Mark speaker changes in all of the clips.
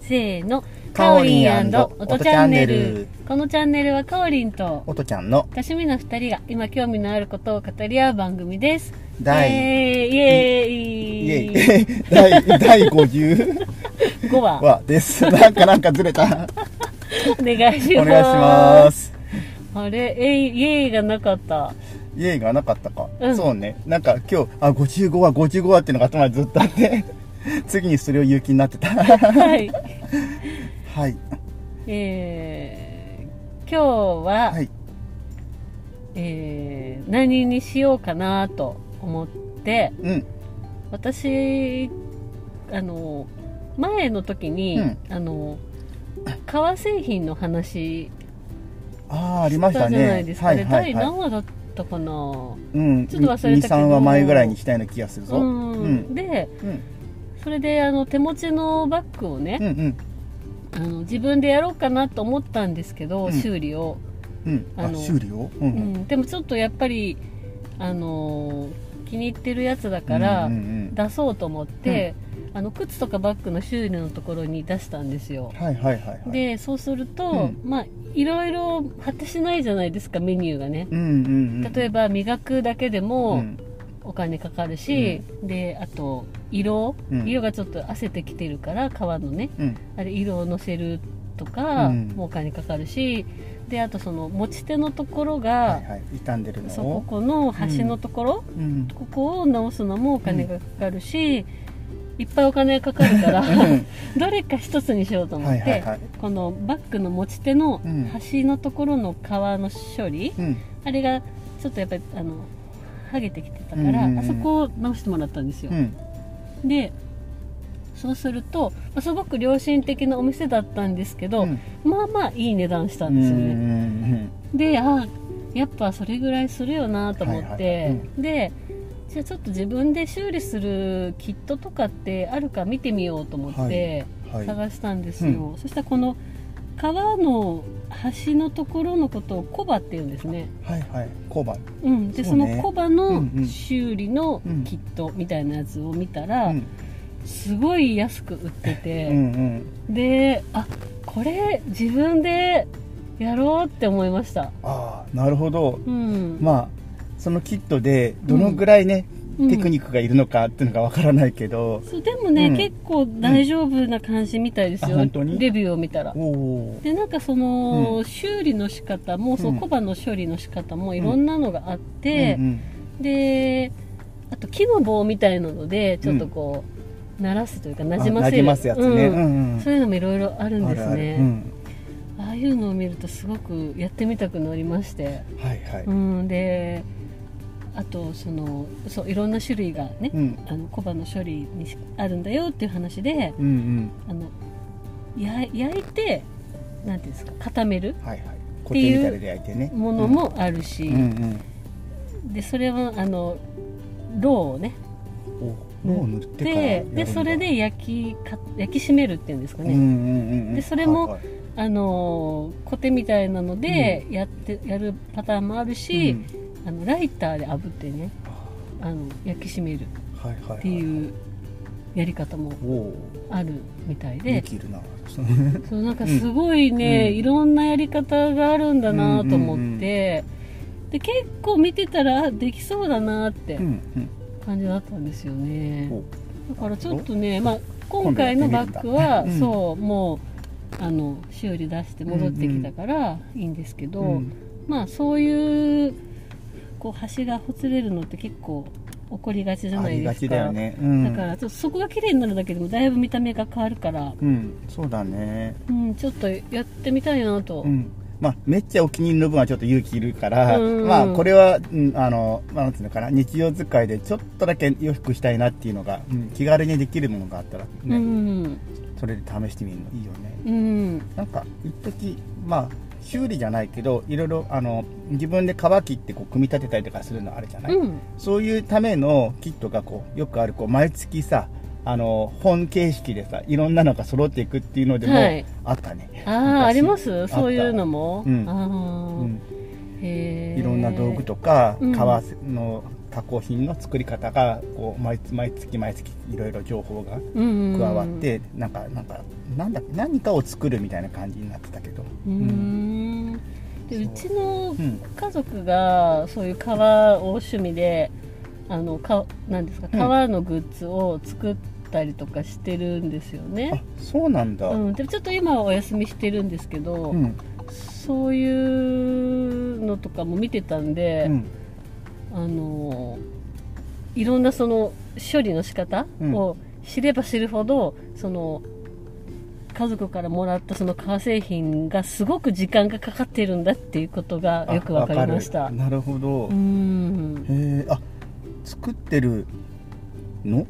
Speaker 1: せーの、
Speaker 2: か
Speaker 1: か
Speaker 2: お
Speaker 1: お
Speaker 2: り
Speaker 1: り
Speaker 2: ん
Speaker 1: ん
Speaker 2: お
Speaker 1: おと
Speaker 2: とチ
Speaker 1: チ
Speaker 2: ャ
Speaker 1: ャ
Speaker 2: ン
Speaker 1: ン
Speaker 2: ネ
Speaker 1: ネ
Speaker 2: ル
Speaker 1: ル。このチャンネルはかおりんと、
Speaker 2: おとちゃんの
Speaker 1: 多趣味な二人が今興味のあることを語り合う番組です。
Speaker 2: 第
Speaker 1: えーイエーイ
Speaker 2: イエイ 第第50
Speaker 1: 5話、 お
Speaker 2: 話で すなんかなんかずれた
Speaker 1: 願いしま
Speaker 2: お
Speaker 1: す。
Speaker 2: 願いします
Speaker 1: あれ、えいイエーイがなかった。
Speaker 2: イエイがなかったか、
Speaker 1: うん
Speaker 2: そうねなんか今日あ55話55話っていうのが頭にずっとあって 次にそれを言う気になってた は
Speaker 1: はい。
Speaker 2: い
Speaker 1: えー、今日は、
Speaker 2: はい
Speaker 1: えー何にしようかなと思って、
Speaker 2: うん
Speaker 1: 私あの前の時に、
Speaker 2: うん
Speaker 1: あの革製品の話
Speaker 2: ああありまし
Speaker 1: したたじゃない
Speaker 2: ね
Speaker 1: ですか
Speaker 2: はい
Speaker 1: ね、
Speaker 2: は
Speaker 1: 第
Speaker 2: いは
Speaker 1: 何話だったかな、
Speaker 2: いうん
Speaker 1: ちょっと忘れたけど
Speaker 2: 23話前ぐらいにしたような気がするぞ
Speaker 1: うん
Speaker 2: うん
Speaker 1: で
Speaker 2: うん
Speaker 1: それであの手持ちのバッグを
Speaker 2: う
Speaker 1: ね、
Speaker 2: ん
Speaker 1: あの自分でやろうかなと思ったんですけど、
Speaker 2: うん
Speaker 1: 修理を、
Speaker 2: うんうん
Speaker 1: あ
Speaker 2: あ
Speaker 1: の
Speaker 2: 修理をう
Speaker 1: うん
Speaker 2: ん
Speaker 1: でもちょっとやっぱりあの気に入ってるやつだから、
Speaker 2: うんうん
Speaker 1: 出そうと思って、あの靴とかバッグの修理のところに出したんですよ
Speaker 2: うん、はいはいはいはい
Speaker 1: でそうすると、
Speaker 2: うん
Speaker 1: まあいろいろ果てしないじゃないですかメニューがね
Speaker 2: うんうんうん
Speaker 1: 例えば磨くだけで
Speaker 2: う
Speaker 1: も
Speaker 2: ん
Speaker 1: お金かかるし、であと色、
Speaker 2: うん
Speaker 1: 色がちょっと汗てきてるから革のね
Speaker 2: うん
Speaker 1: あれ色をのせるとか
Speaker 2: うん
Speaker 1: もお金かかるしであとその持ち手のところが、
Speaker 2: はいはい傷んでるのを
Speaker 1: そうここの端のところ、
Speaker 2: うん
Speaker 1: ここを直すのもお金がかかるし、いっぱいお金かかるから どれか一つにしようと思
Speaker 2: は
Speaker 1: っ
Speaker 2: い
Speaker 1: て、
Speaker 2: はいはい
Speaker 1: このバッグの持ち手の
Speaker 2: うん
Speaker 1: 端のところの皮の処理、
Speaker 2: うん
Speaker 1: あれがちょっとやっぱりあの剥げてきてたから、
Speaker 2: うんうんうん
Speaker 1: あそこを直してもらったんですよ
Speaker 2: う、ん
Speaker 1: でそうするとまあすごく良心的なお店だったんですけど、
Speaker 2: うん
Speaker 1: まあまあいい値段した
Speaker 2: うん
Speaker 1: ですよね、
Speaker 2: ん
Speaker 1: であやっぱそれぐらいするよなと思って、
Speaker 2: はいはいうん
Speaker 1: でじゃあちょっと自分で修理するキットとかってあるか見てみようと思って
Speaker 2: うんうんはい
Speaker 1: 探したんですよ、そしたらこの皮の端のところのことをコバって言うんですね、
Speaker 2: はいはいコバ
Speaker 1: うん、で
Speaker 2: そ
Speaker 1: そう
Speaker 2: ね
Speaker 1: のコバ
Speaker 2: う
Speaker 1: の
Speaker 2: んうん
Speaker 1: 修理のキットみたいなやつを見たら、
Speaker 2: うん
Speaker 1: すごい安く売って
Speaker 2: う
Speaker 1: て、
Speaker 2: んうん
Speaker 1: であこれ自分でやろうって思いました、
Speaker 2: ああなるほど
Speaker 1: うん、
Speaker 2: まあそのキットでどのぐらいね
Speaker 1: うん
Speaker 2: テクニックがいるのかっていうのがわからないけど
Speaker 1: そうでもね、
Speaker 2: うん
Speaker 1: 結構大丈夫な感じみたいです
Speaker 2: うん
Speaker 1: よ、
Speaker 2: あ本当に
Speaker 1: レビューを見たら
Speaker 2: おおー
Speaker 1: でなんかその、
Speaker 2: う
Speaker 1: 修理の仕方もそうの
Speaker 2: ん
Speaker 1: 小刃の処理の仕方もいろんなのがあって
Speaker 2: う、ん
Speaker 1: であと木の棒みたいなのでちょっとこう、鳴らすというか
Speaker 2: う
Speaker 1: なんじませる
Speaker 2: あなじますやつね
Speaker 1: うん
Speaker 2: うんうん
Speaker 1: そういうのもいろいろあるんで
Speaker 2: ある
Speaker 1: す
Speaker 2: あるう
Speaker 1: ね
Speaker 2: ん
Speaker 1: ああいうのを見るとすごくやってみたくなりまして、
Speaker 2: はいはい
Speaker 1: うん、であとそのそういろんな種類がね、
Speaker 2: うん
Speaker 1: あの小刃の処理にしあるんだよっていう話で
Speaker 2: うんうん
Speaker 1: あのや焼いてなんていうんですか固める
Speaker 2: はいはい固定みたいで焼いてね
Speaker 1: ものもあるし、
Speaker 2: うんうん
Speaker 1: でそれはあのろうをね
Speaker 2: おもう塗ってからや
Speaker 1: で
Speaker 2: るんだ
Speaker 1: でそれで焼きか焼き締めるっていうんですか
Speaker 2: うんう
Speaker 1: ね、
Speaker 2: んうんうん
Speaker 1: でそれも
Speaker 2: はいはい
Speaker 1: あのコテみたいなのでやって、やるパターンもあるし、あのライターで炙ってねあの焼き締める
Speaker 2: はいはいはい
Speaker 1: っていうやり方も
Speaker 2: おお
Speaker 1: あるみたいで
Speaker 2: で、きるな
Speaker 1: そうなんかすごいね、
Speaker 2: うん
Speaker 1: いろんなやり方があるんだなと思って、
Speaker 2: うんうんうん
Speaker 1: で結構見てたらあできそうだなって
Speaker 2: うんうん
Speaker 1: 感じだったんですよね、
Speaker 2: おう
Speaker 1: だからちょっとね、まあ、今回のバッグは、
Speaker 2: 今度やってみるんだうん
Speaker 1: そうもうあの修理出して戻ってきたからいいんですけど、
Speaker 2: うん
Speaker 1: まあそういうこう端がほつれるのって結構起こりがちじゃ
Speaker 2: あ
Speaker 1: ない
Speaker 2: り
Speaker 1: で
Speaker 2: が
Speaker 1: すか
Speaker 2: ちだよねうん
Speaker 1: だからちょっとそこが綺麗になるだけでもだいぶ見た目が変わるから、
Speaker 2: うんそうだね
Speaker 1: うん、ちょっとやってみたいなと、
Speaker 2: うんまあめっちゃお気に入りの分はちょっと勇気いるから
Speaker 1: うん
Speaker 2: まあこれはうんあのまあなんつうのかな日常使いでちょっとだけよくしたいなっていうのがうん気軽にできるものがあったら
Speaker 1: う
Speaker 2: ね
Speaker 1: ん、
Speaker 2: それで試してみるのいいよね
Speaker 1: うん、
Speaker 2: なんか一時まあ修理じゃないけどいろいろあの自分で乾きってこう組み立てたりとかするのあるじゃない
Speaker 1: うん、
Speaker 2: そういうためのキットがこうよくあるこう毎月さあの本形式でさいろんなのが揃っていくっていうのでも
Speaker 1: はい
Speaker 2: あったね、
Speaker 1: あ
Speaker 2: 昔
Speaker 1: あありま
Speaker 2: あっ
Speaker 1: す
Speaker 2: た
Speaker 1: そういうのも、
Speaker 2: うん
Speaker 1: ああ
Speaker 2: うん、
Speaker 1: へえ
Speaker 2: いろんな道具とか
Speaker 1: うん
Speaker 2: 革の加工品の作り方がこう毎月毎月毎月いろいろ情報が
Speaker 1: うんうんうん
Speaker 2: 加わって、なんかなんかなんだっけ何かを作るみたいな感じになってたけど、
Speaker 1: うーんで
Speaker 2: そう
Speaker 1: うちの
Speaker 2: うん、
Speaker 1: 家族がそういう革を趣味であのかなんですか
Speaker 2: うん
Speaker 1: 革のグッズを作ったりとかしてるんですよ
Speaker 2: あ
Speaker 1: ね、
Speaker 2: そうなんだ、
Speaker 1: う
Speaker 2: うん
Speaker 1: ん、でちょっと今はお休みしてるんですけど、
Speaker 2: うん
Speaker 1: そういうのとかも見てたんで、あのいろんなその処理の仕方を知れば知るほど、その家族からもらったその革製品がすごく時間がかかってるんだっていうことが
Speaker 2: あ
Speaker 1: よくわかりました
Speaker 2: わかるなるほど、
Speaker 1: う
Speaker 2: へ
Speaker 1: ん
Speaker 2: えあ作ってるの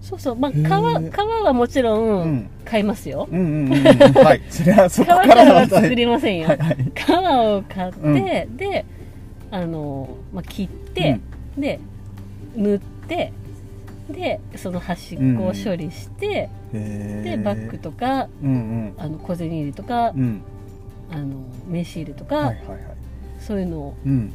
Speaker 1: そうそうまあ
Speaker 2: へー
Speaker 1: 革革はもちろ
Speaker 2: うんん
Speaker 1: 買いますよ、
Speaker 2: うんうん うん、うん、はいそれはそ
Speaker 1: 革
Speaker 2: こ
Speaker 1: か
Speaker 2: か
Speaker 1: ららは
Speaker 2: はは
Speaker 1: 作
Speaker 2: い
Speaker 1: りませんよ、
Speaker 2: はいはい
Speaker 1: 革を買って、
Speaker 2: う
Speaker 1: であの、まあ、切って、で縫ってでその端っこを処理して、
Speaker 2: へ
Speaker 1: で
Speaker 2: え
Speaker 1: バッグとか
Speaker 2: うん
Speaker 1: あの小銭入れとか、
Speaker 2: うんうん
Speaker 1: あの名刺入れとか、
Speaker 2: はいはいはい
Speaker 1: そういうのを
Speaker 2: うん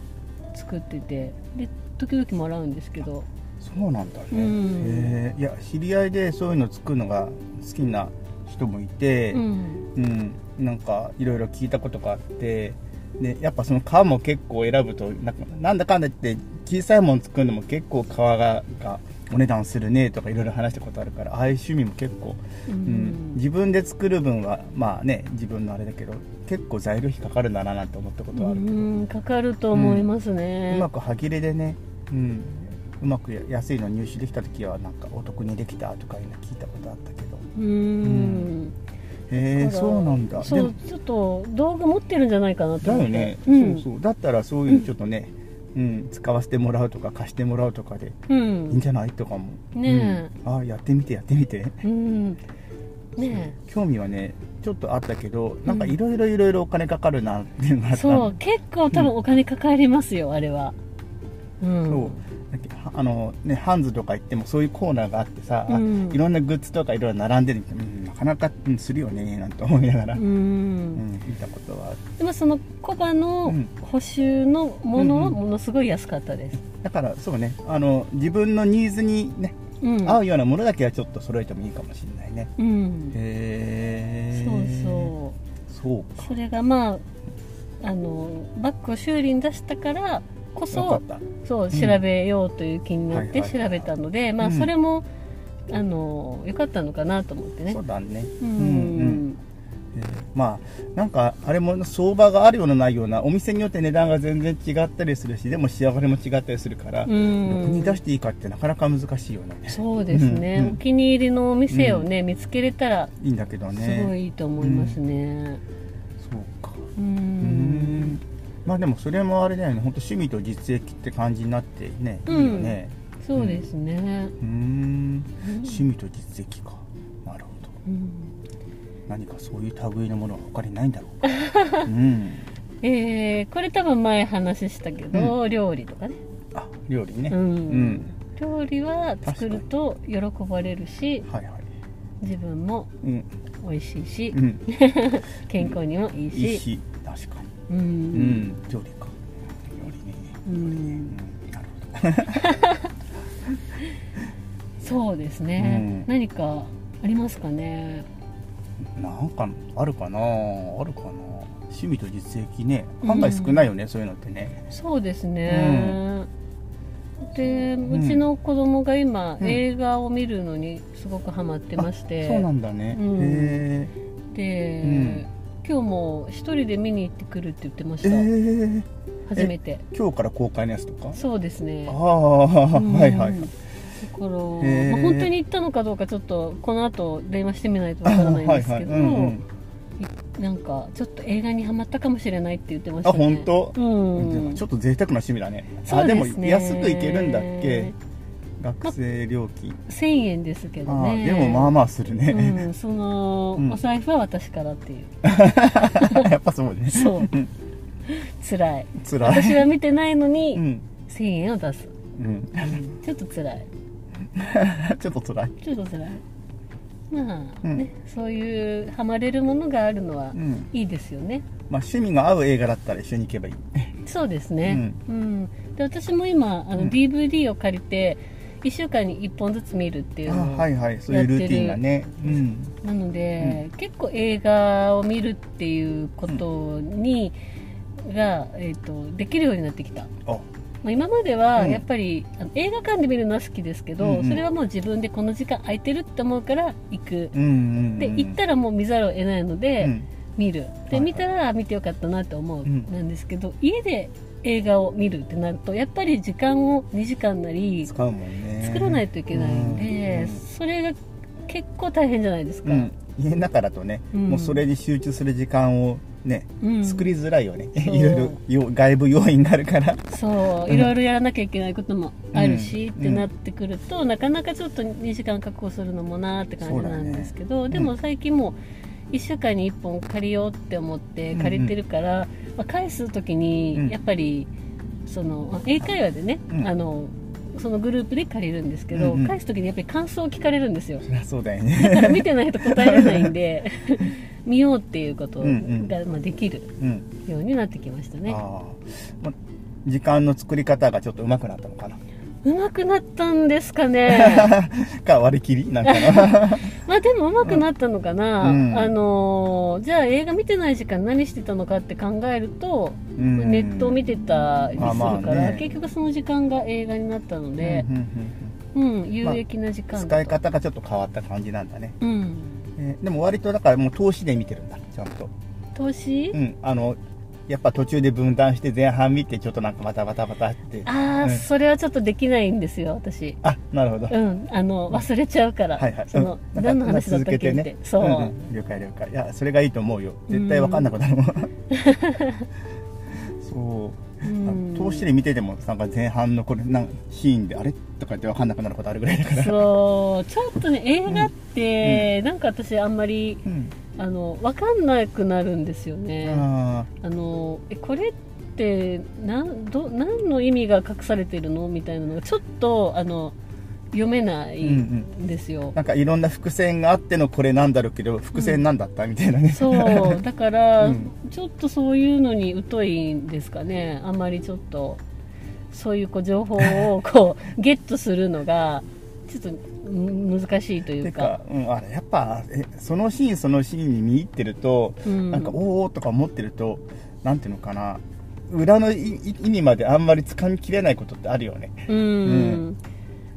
Speaker 1: 作っててで時々もらうんですけど
Speaker 2: そうなんだね、
Speaker 1: うん
Speaker 2: へえいや知り合いでそういうの作るのが好きな人もいて、
Speaker 1: うん
Speaker 2: うん、なんかいろいろ聞いたことがあってでやっぱその革も結構選ぶとなんかなんだかんだ言って小さいもの作るのも結構革ががお値段するねとかいろいろ話したことあるからああいう趣味も結構、
Speaker 1: う
Speaker 2: うん自分で作る分はまあね自分のあれだけど結構材料費かかるんだななんて思ったことはある、
Speaker 1: うんかかると思いますね
Speaker 2: う、まく歯切れでね、うん、うまくや安いの入手できた時はなんかお得にできたとかいうの聞いたことあったけど
Speaker 1: うん
Speaker 2: へえそうなんだ
Speaker 1: そ
Speaker 2: で
Speaker 1: う
Speaker 2: も
Speaker 1: ちょっと動画持ってるんじゃないかなと
Speaker 2: だ
Speaker 1: 思っ
Speaker 2: よ
Speaker 1: て
Speaker 2: ね、
Speaker 1: うん
Speaker 2: そうそうだったらそういうのちょっとね、うん使わせてもらうとか貸してもらうとかで
Speaker 1: う
Speaker 2: いいん
Speaker 1: ん
Speaker 2: じゃないとかも
Speaker 1: ね
Speaker 2: え、うんあやってみてやってみて
Speaker 1: うんね
Speaker 2: 興味はねちょっとあったけどなんかいろいろいろいろお金かかるなっていうのがあ
Speaker 1: え
Speaker 2: った
Speaker 1: そう結構多分お金かかりますよ、あれはうん
Speaker 2: そうだっけはあのねハンズとか行ってもそういうコーナーがあってさ、あ
Speaker 1: うん
Speaker 2: いろんなグッズとかいろいろ並んでるみたいな、うんなかなか、うんするよねなんて思いながら、う
Speaker 1: うんん
Speaker 2: 見たことはある
Speaker 1: でもそのコバの
Speaker 2: うん
Speaker 1: 補修のものは
Speaker 2: うんうん
Speaker 1: ものすごい安かったです、
Speaker 2: だからそうねあの自分のニーズにね
Speaker 1: うん
Speaker 2: 合うようなものだけはちょっと揃えてもいいかもしれないね、
Speaker 1: うん
Speaker 2: へえ
Speaker 1: そう
Speaker 2: そう
Speaker 1: そうそれがまああのバッグを修理に出したからこ
Speaker 2: よか
Speaker 1: そ
Speaker 2: った
Speaker 1: そう調べようという気になって
Speaker 2: はいはい
Speaker 1: 調
Speaker 2: はい
Speaker 1: べたので、まあ
Speaker 2: うん
Speaker 1: それも、あの良かったのかなと思ってね
Speaker 2: そうだね
Speaker 1: う
Speaker 2: うんえーまあなんかあれも相場があるようなないようなお店によって値段が全然違ったりするしでも仕上がりも違ったりするから、
Speaker 1: う
Speaker 2: どこ
Speaker 1: ん
Speaker 2: に出していいかってなかなか難しいよね
Speaker 1: そうですね、
Speaker 2: うんうん
Speaker 1: お気に入りのお店をね、見つけれたら
Speaker 2: いいんだけどね
Speaker 1: すごいいいと思いますね
Speaker 2: そうか
Speaker 1: うん
Speaker 2: うーんまあでもそれもあれだよね本当趣味と実益って感じになってねいいよね
Speaker 1: そうですね、
Speaker 2: うーん
Speaker 1: うん
Speaker 2: 趣味と実益かなるほど
Speaker 1: うん
Speaker 2: 何かそういう類のものは他にないんだろう かうん
Speaker 1: えーこれ多分前話したけど、料理とかね、
Speaker 2: あ料理ね
Speaker 1: う
Speaker 2: うんん、
Speaker 1: 料理は作ると喜ばれるし
Speaker 2: はいはい
Speaker 1: 自分も
Speaker 2: うん
Speaker 1: 美味しいし、
Speaker 2: うん
Speaker 1: 健康にもいいし
Speaker 2: いいし確かに
Speaker 1: う
Speaker 2: うんん料理か料
Speaker 1: うん
Speaker 2: 理ねうんなるほど
Speaker 1: そうですね、
Speaker 2: うん
Speaker 1: 何かありますかね
Speaker 2: なんかあるかなあるかな趣味と実益ね案外少ないよね、そういうのってね
Speaker 1: そうですね、でうちの子供が今、
Speaker 2: うん
Speaker 1: 映画を見るのにすごくハマってまして、
Speaker 2: あそうなんだね、
Speaker 1: うん
Speaker 2: へ
Speaker 1: で、
Speaker 2: うん
Speaker 1: 今日も一人で見に行ってくるって言ってまし
Speaker 2: え
Speaker 1: た、
Speaker 2: ええ
Speaker 1: 初めて
Speaker 2: 今日から公開のやつとか
Speaker 1: そうですね
Speaker 2: ああ、
Speaker 1: うん
Speaker 2: はい
Speaker 1: だから、まあ
Speaker 2: はいへー
Speaker 1: 本当に行ったのかどうかちょっとこの後電話してみないとわ
Speaker 2: あ
Speaker 1: からな
Speaker 2: ー
Speaker 1: いん
Speaker 2: は
Speaker 1: で
Speaker 2: い
Speaker 1: す
Speaker 2: はい
Speaker 1: け
Speaker 2: う
Speaker 1: ど、
Speaker 2: んうん
Speaker 1: なんかちょっと映画にハマったかもしれないって言ってまし
Speaker 2: あ
Speaker 1: たね
Speaker 2: 本当、
Speaker 1: うん
Speaker 2: ちょっと贅沢な趣味だね
Speaker 1: そう
Speaker 2: あ
Speaker 1: で
Speaker 2: ですも
Speaker 1: ね
Speaker 2: 安くいけるんだっけ学生料金、
Speaker 1: 1000円ですけど
Speaker 2: ああ
Speaker 1: ね
Speaker 2: でもまあまあする
Speaker 1: う
Speaker 2: ね、
Speaker 1: ん、その、
Speaker 2: うん
Speaker 1: お財布は私からっていう
Speaker 2: やっぱそうね
Speaker 1: そう
Speaker 2: うん
Speaker 1: 辛い
Speaker 2: 辛い
Speaker 1: 私は見てないの
Speaker 2: う
Speaker 1: に
Speaker 2: ん、
Speaker 1: 1000円を出す、
Speaker 2: うん、
Speaker 1: うんちょっと辛い
Speaker 2: ちょっと辛い
Speaker 1: ちょっと辛いまあ、
Speaker 2: うん
Speaker 1: ねそういうハマれるものがあるのは
Speaker 2: うん
Speaker 1: いいですよね、
Speaker 2: まあ、趣味が合う映画だったら一緒に行けばいい
Speaker 1: そうですね、うんで私も今あ
Speaker 2: うん
Speaker 1: の DVD を借りて1週間に1本ずつ見るっていう
Speaker 2: あ
Speaker 1: のを
Speaker 2: はいはいそういうルーティンがねうん
Speaker 1: なので、結構映画を見るっていうことに、が、えー、とできるようになってきた、ま
Speaker 2: あ
Speaker 1: あ、今までは
Speaker 2: うん
Speaker 1: やっぱり、あの映画館で見るのは好きですけど、
Speaker 2: うんうん
Speaker 1: それはもう自分でこの時間空いてるって思うから行く
Speaker 2: うんうんうん
Speaker 1: で行ったらもう見ざるを得ないので、
Speaker 2: うん
Speaker 1: 見る
Speaker 2: はいはい
Speaker 1: で見たら見てよかったなと思う
Speaker 2: うん
Speaker 1: なんですけど、家で映画を見るってなるとやっぱり時間を2時間なり
Speaker 2: 使うもんね
Speaker 1: 作らないといけないんで、
Speaker 2: うん
Speaker 1: それが結構大変じゃないですか、
Speaker 2: うん、家の中だとね、
Speaker 1: うん
Speaker 2: もうそれに集中する時間をね、
Speaker 1: うん
Speaker 2: 作りづらいよね
Speaker 1: そう
Speaker 2: いろいろよ外部要因があるから
Speaker 1: そう
Speaker 2: うん
Speaker 1: いろいろやらなきゃいけないこともあるし、
Speaker 2: うん
Speaker 1: ってなってくると、なかなかちょっと2時間確保するのもなーって感じなんですけど、
Speaker 2: ね
Speaker 1: で
Speaker 2: う
Speaker 1: も最近もう1週間に1本借りようって思って
Speaker 2: うん
Speaker 1: 借りてるから、まあ返す時
Speaker 2: うん
Speaker 1: にやっぱり、その英会話でね、
Speaker 2: うん
Speaker 1: あのそのグループで借りるんですけど、
Speaker 2: うんうん
Speaker 1: 返す時にやっぱり感想を聞かれるんです よ
Speaker 2: そりゃそうだよ
Speaker 1: だから
Speaker 2: ね、
Speaker 1: 見てないと答えれないん で見ようっていうことが、
Speaker 2: うんう
Speaker 1: まあ、できる
Speaker 2: うん
Speaker 1: ようになってきました
Speaker 2: ああ
Speaker 1: ね。
Speaker 2: ま時間の作り方がちょっと上手くなったのかな
Speaker 1: うまくなったんですかね
Speaker 2: か割り切りなんかな
Speaker 1: まあでも上手くなったのかな、
Speaker 2: うん
Speaker 1: あのーじゃあ映画見てない時間何してたのかって考えると、
Speaker 2: うん
Speaker 1: ネットを見てたりするから、
Speaker 2: まあまあね
Speaker 1: 結局その時間が映画になったので
Speaker 2: うんうん
Speaker 1: うん、有益な時
Speaker 2: うん
Speaker 1: 間だと
Speaker 2: うん使い方がちょっと変わった感じなんだね、
Speaker 1: うん
Speaker 2: えーでも割とだからもう投資で見てるんだちゃんと
Speaker 1: 投資、
Speaker 2: うんあのやっぱ途中で分断して前半見てちょっとなんかバタバタバタって
Speaker 1: ああ、
Speaker 2: うん
Speaker 1: それはちょっとできないんですよ私
Speaker 2: あなるほど
Speaker 1: うんあの忘れちゃうから、
Speaker 2: はいはい、
Speaker 1: その、
Speaker 2: うん
Speaker 1: 何の話だったっけって
Speaker 2: なんか
Speaker 1: そ
Speaker 2: 続
Speaker 1: う、
Speaker 2: んん了解了解いやそれがいいと思うよ絶対分かんなくなるもん そう
Speaker 1: う
Speaker 2: あ
Speaker 1: ん
Speaker 2: の通して見ててもなんか前半のこれなんシーンであれとかって分かんなくなることあるぐらいだから
Speaker 1: そうちょっとね映画って、なんか私あんまり
Speaker 2: うん
Speaker 1: あの分かんなくなるんですよね、
Speaker 2: あ
Speaker 1: あのえこれってなんど何の意味が隠されてるのみたいなのがちょっとあの読めな
Speaker 2: ー
Speaker 1: い
Speaker 2: うんう
Speaker 1: ん
Speaker 2: ん
Speaker 1: ですよ、
Speaker 2: なんかいろんな伏線があってのこれなんだろうけど伏線なんだったみたいなね、
Speaker 1: そうだから、
Speaker 2: うん
Speaker 1: ちょっとそういうのに疎いんですかねあんまりちょっとそういうこう情報をこ うゲットするのがちょっとむ難しいという
Speaker 2: て
Speaker 1: か
Speaker 2: か、うん、あれやっぱえそのシーンそのシーンに見入ってると、
Speaker 1: うん
Speaker 2: なんかおーおーとか思ってるとなんていうのかな裏のいい意味まであんまり掴みきれないことってあるよね
Speaker 1: うん、
Speaker 2: うん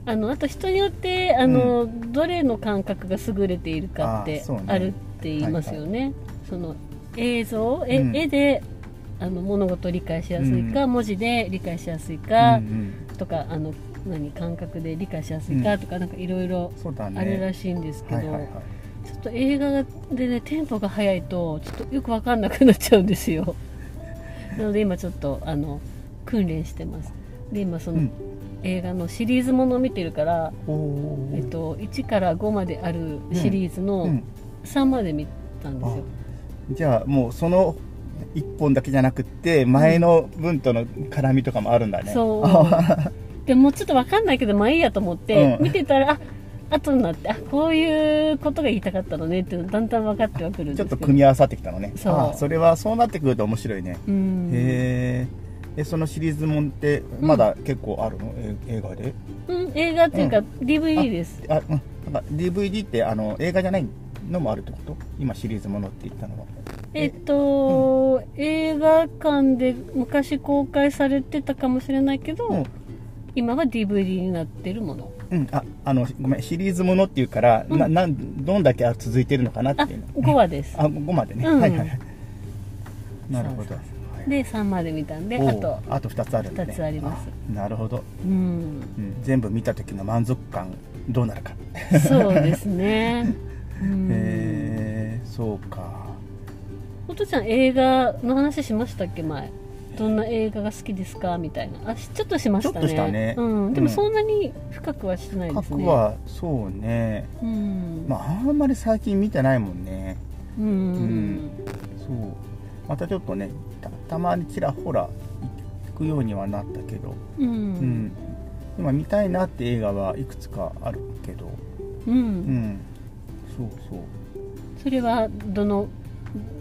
Speaker 1: あのあと人によってあの、どれの感覚が優れているかっ
Speaker 2: あ
Speaker 1: て
Speaker 2: そうね
Speaker 1: あるって言いますよね。その映像え、
Speaker 2: うん
Speaker 1: 絵であの物事を理解しやすいか、
Speaker 2: う
Speaker 1: 文字で理解しやすい
Speaker 2: うん
Speaker 1: か、
Speaker 2: うん
Speaker 1: とかあの何感覚で理解しやすいかとか、なんかいろいろ
Speaker 2: そうだね
Speaker 1: あるらしいんですけど、
Speaker 2: はいはいはい
Speaker 1: ちょっと映画でねテンポが速いとちょっとよくわかんなくなっちゃうんですよ なので今ちょっとあの訓練してますで今その、
Speaker 2: うん
Speaker 1: 映画のシリーズものを見てるから、
Speaker 2: おお
Speaker 1: えっと、1から5まであるシリーズ
Speaker 2: う
Speaker 1: の
Speaker 2: ん、
Speaker 1: 3まで見たんですよ、
Speaker 2: じゃあもうその1本だけじゃなくって前の分との絡みとかもあるんだね、
Speaker 1: そう
Speaker 2: あ
Speaker 1: でもうちょっと分かんないけどまあいいやと思って、
Speaker 2: うん
Speaker 1: 見てたらあ後になってあこういうことが言いたかったのねっていうのだんだん分かってはくるん
Speaker 2: ちょっ
Speaker 1: で
Speaker 2: と
Speaker 1: すけ
Speaker 2: 組
Speaker 1: ど
Speaker 2: み合わさってきたのね
Speaker 1: そう
Speaker 2: あそれはそうなってくると面白いね、
Speaker 1: うん、
Speaker 2: へええそのシリーズもんってまだ結構あるの、え映画で
Speaker 1: うん、映画っていうか、
Speaker 2: う
Speaker 1: DVD です
Speaker 2: あ、うん、なんか DVD ってあの映画じゃないのもあるってこと今シリーズものって言ったのは
Speaker 1: えっと、映画館で昔公開されてたかもしれないけど、
Speaker 2: うん
Speaker 1: 今は DVD になってるもの
Speaker 2: うん、ああのごめんシリーズものっていうから、
Speaker 1: うん
Speaker 2: ななんどんだけ続いてるのかな
Speaker 1: あ
Speaker 2: っていうの
Speaker 1: 5話です
Speaker 2: あ5までね、
Speaker 1: うん
Speaker 2: はいはいはいなるほ
Speaker 1: そ
Speaker 2: ど
Speaker 1: うで3まで見たんで
Speaker 2: おう
Speaker 1: あと
Speaker 2: あと2つあるんだね
Speaker 1: 二つあります
Speaker 2: あなるほど、
Speaker 1: うん
Speaker 2: うん、全部見た時の満足感どうなるかへ
Speaker 1: そうですね。うん。
Speaker 2: えそうか
Speaker 1: おとちゃん映画の話しましたっけ前。どんな映画が好きですかみたいな。あ、しちょっとしましたね。
Speaker 2: ちょっとしたね
Speaker 1: うん。で
Speaker 2: うん
Speaker 1: もそんなに深くはしてないですね。
Speaker 2: 各。はそうね
Speaker 1: うん。
Speaker 2: まああんまり最近見てないもんね
Speaker 1: うん。
Speaker 2: んそうまたちょっとねたたまにちらほら行くようにはなったけど、
Speaker 1: うん。う
Speaker 2: うん
Speaker 1: ん。
Speaker 2: 今見たいなって映画はいくつかあるけどうんそうそう
Speaker 1: それはどの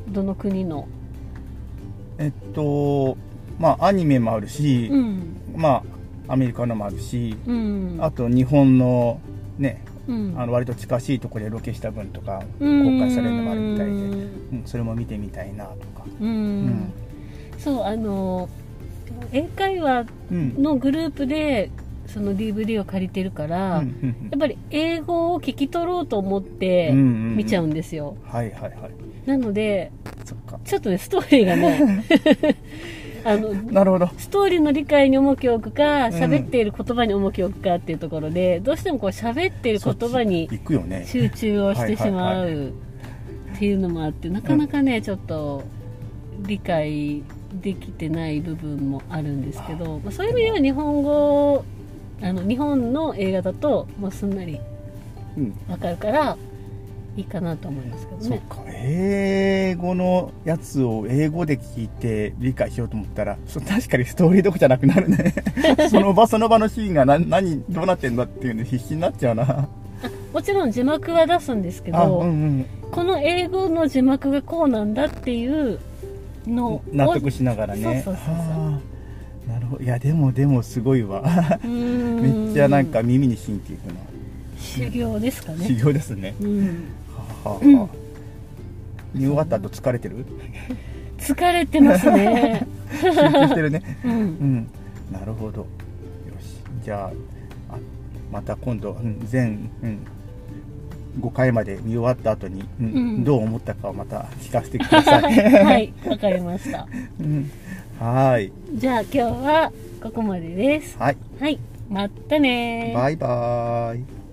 Speaker 1: どの国の。
Speaker 2: えっとまあアニメもあるし、
Speaker 1: うん
Speaker 2: まあアメリカのもあるし、
Speaker 1: うん
Speaker 2: あと日本のね
Speaker 1: うん
Speaker 2: あの割と近しいところでロケした分とか公
Speaker 1: うん
Speaker 2: 開されるのもあるみたいで、うん、それも見てみたいなとか、
Speaker 1: うん、
Speaker 2: ん
Speaker 1: そうあの英会話
Speaker 2: うん
Speaker 1: のグループでその DVD を借りてるか
Speaker 2: う
Speaker 1: ら、
Speaker 2: んうん
Speaker 1: やっぱり英語を聞き取ろうと思っ
Speaker 2: う
Speaker 1: て
Speaker 2: んうん
Speaker 1: 見ちゃうんですよ、
Speaker 2: はいはいはい
Speaker 1: なので
Speaker 2: そっか
Speaker 1: ちょっとねストーリーが ねあの
Speaker 2: なるほど
Speaker 1: ストーリーの理解に重きを置くか
Speaker 2: ん
Speaker 1: 喋っている言葉に重きを置くかっていうところで、どうしてもこう喋っている言葉に
Speaker 2: 行くよね
Speaker 1: 集中をしてしま
Speaker 2: はいは
Speaker 1: うっていうのもあってなかなかね、ちょっと理解できてない部分もあるんですけど、まあ、そういう意味では日本語あの日本の映画だともうすんなり
Speaker 2: うん
Speaker 1: わかるからいいかなと思いますけど
Speaker 2: そっ
Speaker 1: ね。
Speaker 2: か英語のやつを英語で聞いて理解しようと思ったらそう確かにストーリーどこじゃなくな るねその場その場のシーンが何何どうなってんだっていうの必死になっちゃうな
Speaker 1: もちろん字幕は出すんですけ
Speaker 2: あ
Speaker 1: ど、
Speaker 2: うんうん
Speaker 1: この英語の字幕がこうなんだっていうのを
Speaker 2: 納得しながらね
Speaker 1: そうそうそうそう
Speaker 2: はあなるほどいやでもでもすごいわめ
Speaker 1: め
Speaker 2: っちゃなんか耳に神経いくな
Speaker 1: 修行ですか
Speaker 2: 修
Speaker 1: ね、
Speaker 2: 行ですね
Speaker 1: うん、
Speaker 2: はあはあはあ見終わった後疲れ てる
Speaker 1: 疲れてます ね、
Speaker 2: 集中してるね
Speaker 1: うん
Speaker 2: うん、なるほど。よし、じゃあ、あまた今度、うん、全、うん、5回まで見終わった後に、うん
Speaker 1: うん
Speaker 2: どう思ったかをまた聞かせてくださ い。
Speaker 1: はいわかりました
Speaker 2: うん、はーい、
Speaker 1: じゃあ今日はここまでです
Speaker 2: はい、
Speaker 1: はいまったねー
Speaker 2: バイバーイ。